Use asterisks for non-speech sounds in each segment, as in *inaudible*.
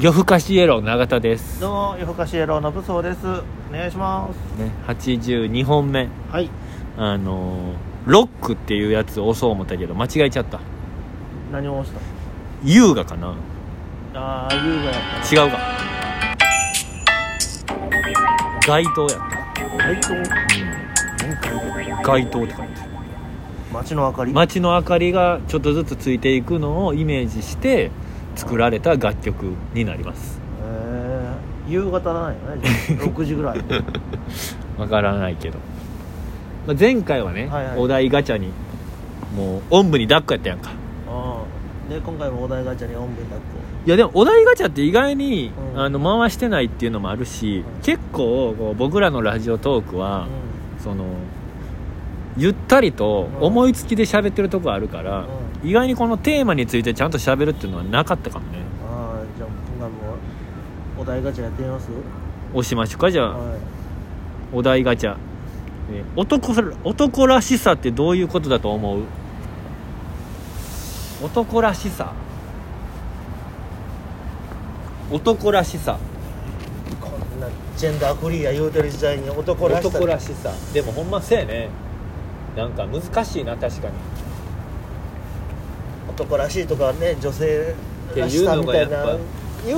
夜更かしイエロー永田です、どうね、も、夜更かしエローの武装です。お願いします。 82本目はい。あのーロックっていうやつを押そう思ったけど間違えちゃった何を押し優雅かなたあー、優雅違やっ。うか街灯やった街灯た街灯って書いてある街の明かり。街の明かりがちょっとずつついていくのをイメージして作られた楽曲になりますえー、夕方 *laughs* なんやね。6時ぐ *laughs* らい。わからないけど、まあ、前回はね、はいはいお題ガチャにもうおんぶに抱っこやったやんかうん。で、今回もお題ガチャにおんぶに抱っいやでもお題ガチャって意外に、うんあの回してないっていうのもあるし、うん結構こう僕らのラジオトークこ。は、そのゆったりとうん思いつきで喋ってるとこあるから、意外にこのテーマについてちゃんと喋るっていうのはなかったかもねうん。あー、じゃあ今回もお題ガチャやってみます押しましょうかじゃあ、はお題ガチャ、えー男ら男らしさってどういうことだと思う男らしさ男らしさい。こんなジェンダーフリーや言うてる時代に男らしさ。男らしさでもほんませやねなんか難しいな確かに男らしいとかね、女性らしいやさ言うみのがたやっいぱな。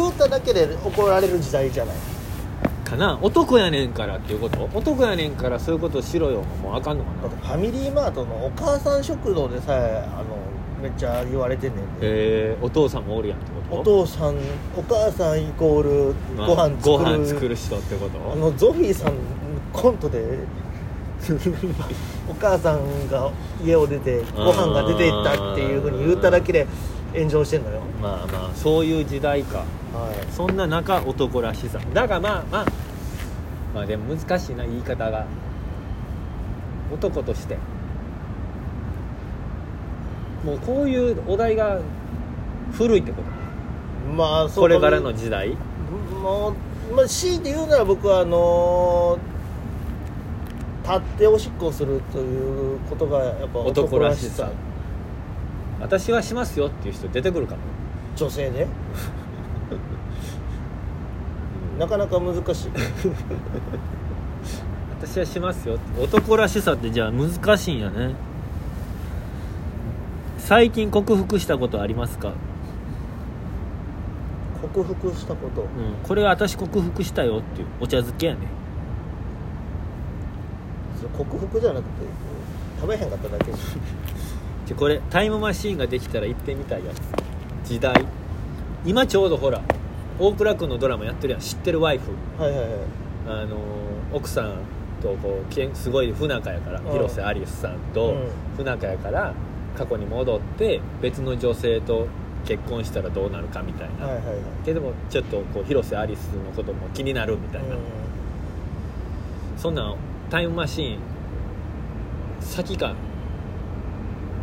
言うただけで怒られる時代じゃない。かな男やねんからっていうこと男やねんからそういうことしろよもうあかんのかだってなファミリーマートのお母さん食堂でさえあのめっちゃ言われてんねんでえーお父さんもおるやんってことお父さんお母さんイコールまあご飯作ごる,、飯作る人ってことあのゾフィーさんコント *laughs* でお母さんが家を出てご飯が出ていったっていうふうに言うただけで炎上してんのよまあまあそういう時代かはいそんな中男らしさだがまあまあまあでも難しいな言い方が男としてもうこういうお題が古いってことまあそこれからの時代もう、まあ、強いて言うなら僕はあのー立っておしっこをするということがやっぱ男らしさ私はしますよっていう人出てくるかも女性ねなかなか難しい私はしますよって男らしさってじゃあ難しいんやね最近克服したことありますか、克服したことうん、これは私克服したよっていうお茶漬けやね克服じゃなくて食べへんかっただけじゃあこれタイムマシーンができたら行ってみたいやつ時代今ちょうどほら大倉君のドラマやってるやん知ってるワイフはいはいはいあのー奥さんとこうけんすごい不仲やからうん広瀬アリスさんとうん不仲やから過去に戻って別の女性と結婚したらどうなるかみたいな、はいはいはいけどもちょっとこう広瀬アリスのことも気になるみたいな、そんなんタイムマシーン先か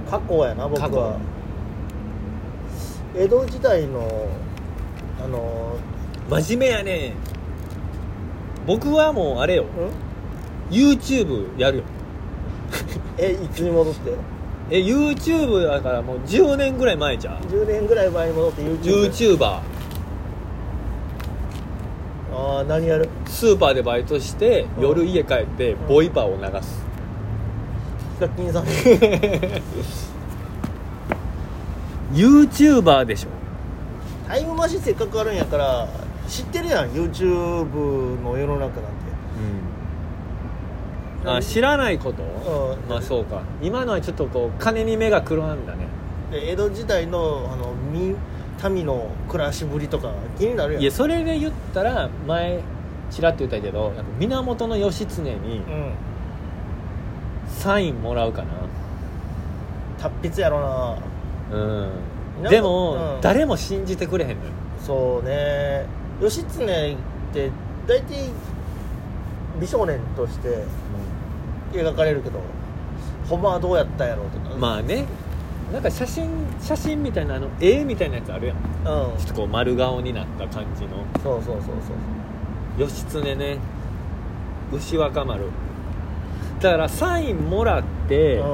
うん過去やな僕過去は江戸時代のあの真面目やね僕はもうあれよーん YouTube やるよえいつに戻ってえ YouTube だからもう10年ぐらい前じゃん10年ぐらい前に戻って YouTube YouTuber ああ何やるスーパーでバイトしてうん夜家帰ってんボイパーを流すヒカキ *laughs* ンさん YouTuber でしょタイムマシンせっかくあるんやから知ってるやん YouTube の世の中なんてあ知らないことうんまあそうか今のはちょっとこう金に目がくらんだねで江戸時代のあの民民の暮らしぶりとか気になるやんいやそれで言ったら前ちらっと言ったけどやっぱ源義経にうんサインもらうか達筆やろななうんなんかでも、うん誰も信じてくれへんのよそうね義経って大体美少年として描かれるけどほんまはどうやったんやろうとかまあねなんか写真写真みたいなあの絵みたいなやつあるやんちあうんょっとこう丸顔になった感じのそうそうそうそう義経ね牛若丸だからサインもらって、う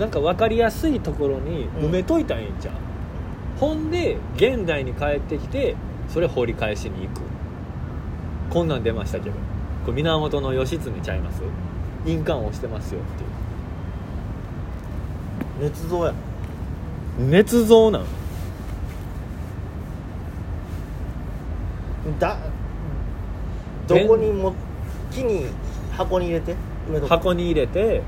なんか分かりやすいところに埋めといたらええんちゃう、ほんで現代に帰ってきてそれ掘り返しに行くこんなん出ましたけどこれ源義経ちゃいます印鑑押してますよってい捏造やう捏造なんだどこにも木に箱に入れて埋めとく箱に入れて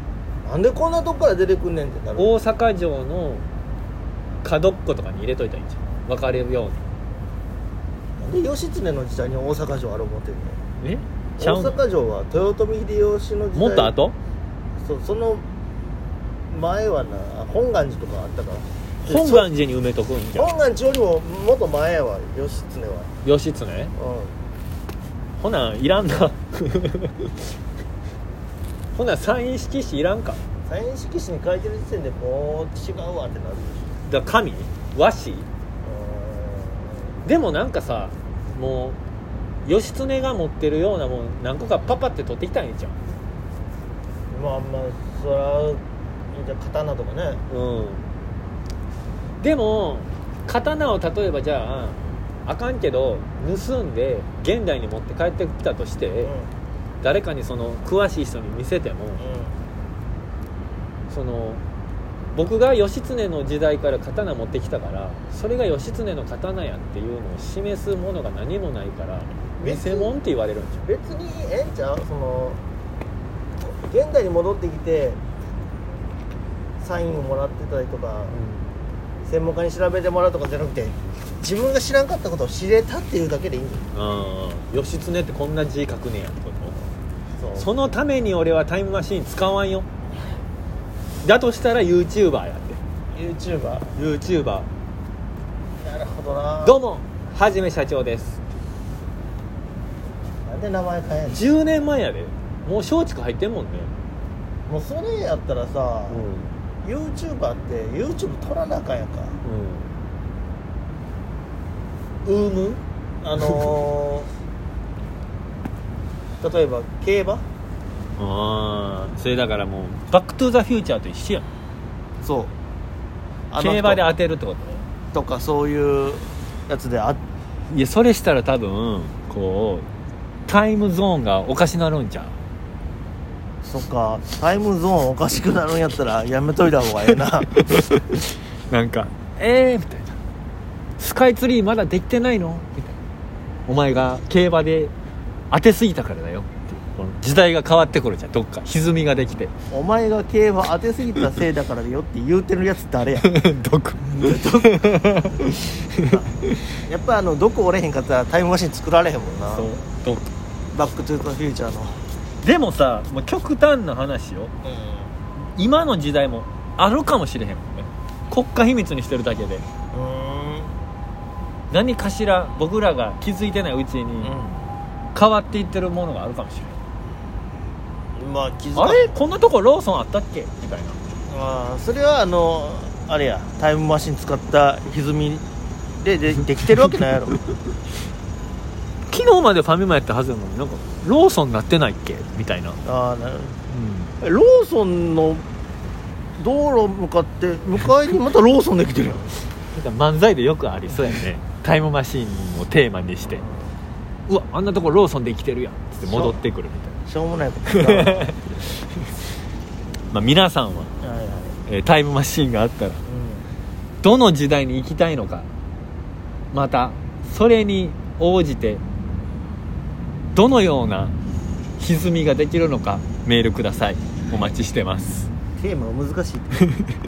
なんでこんなとこから出てくんねんってなる大阪城の角っことかに入れといたらいいんじゃん分かれるよなんで義経の時代に大阪城ある思ってんねうにんえちゃ大う阪城は豊臣秀吉の時代もっと後そうその前はな本願寺とかあったから本願寺に埋めとくんじそゃ本願寺よりももっと前やわ義経はん義経うほなんいらんな *laughs* ほなん三位色紙いらんかんサイン色紙に書いてる時点でもう違うわってなるでだしから紙和紙ょでもなんかさもう義経が持ってるようなもん何個かパパって取ってきたらいいじゃんうんまあまあそらじゃあ刀とかねうんでも刀を例えばじゃああかんけど盗んで現代に持って帰ってきたとして、うんうん誰かにその詳しい人に見せてもその僕が義経の時代から刀持ってきたからそれが義経の刀やっていうのを示すものが何もないから見別にせ物って言われるんじ別にええんちゃうその現代に戻ってきてサインをもらってたりとか、ゃ専門家に調べてもらうとかじゃなくて自分が知らんかったことを知れたっていうだけでいいんじん、ああ義経ってこんな字書くねやってことゃないそのために俺はタイムマシーン使わんよだとしたら YouTuber やって YouTuber な YouTuber るほどなどうもはじめ社長ですなんで名前変えんの10年前やでもう松竹入ってんもんねもうそれやったらさ、YouTuber って YouTube 撮らなあかんやんかうんウームあのー、例えば競馬ああそれだからもうバック・トゥ・ザ・フューチャーと一緒やんそう競馬で当てるってこととかそういうやつであいやそれしたら多分こうタイムゾーンがおかしなるんちゃうそっかタイムゾーンおかしくなるんやったらやめといた方がええな *laughs* なんか「えー」みたいな「スカイツリーまだできてないの?」みたいな「お前が競馬で当てすぎたからだよ」ってこの時代が変わってくるじゃんどっか歪みができ *laughs* てお前が競馬当てすぎたせいだからよって言うてるやつ誰や毒やっぱあのどこ折れへんかったらタイムマシン作られへんもんなそう毒バック・トゥ・ザ・フューチャーのでもさもう極端な話よ今の時代もあるかもしれへんもんね国家秘密にしてるだけでうん何かしら僕らが気づいてないうちに変わっていってるものがあるかもしれない、うんまあ気づあれこんなとこローソンあったっけみたいなああそれはあのあれやタイムマシン使った歪みででできてるわけないやろ昨日までファミマやったはずなのになんかローソンなってないっけみたいな、ああなるローソンの道路向かって向かいにまたローソンできてるやん漫才でよくありそうやねタイムマシーンをテーマにしてうわあんなとこローソンできてるやんつって戻ってくるみたいしょうもないこと言ったわはな、いまあ、皆さんは、はい、えータイムマシーンがあったらうどの時代に行きたいのかまたそれに応じてどのような歪みができるのかメールくださいお待ちしてますん、テーマが難しいって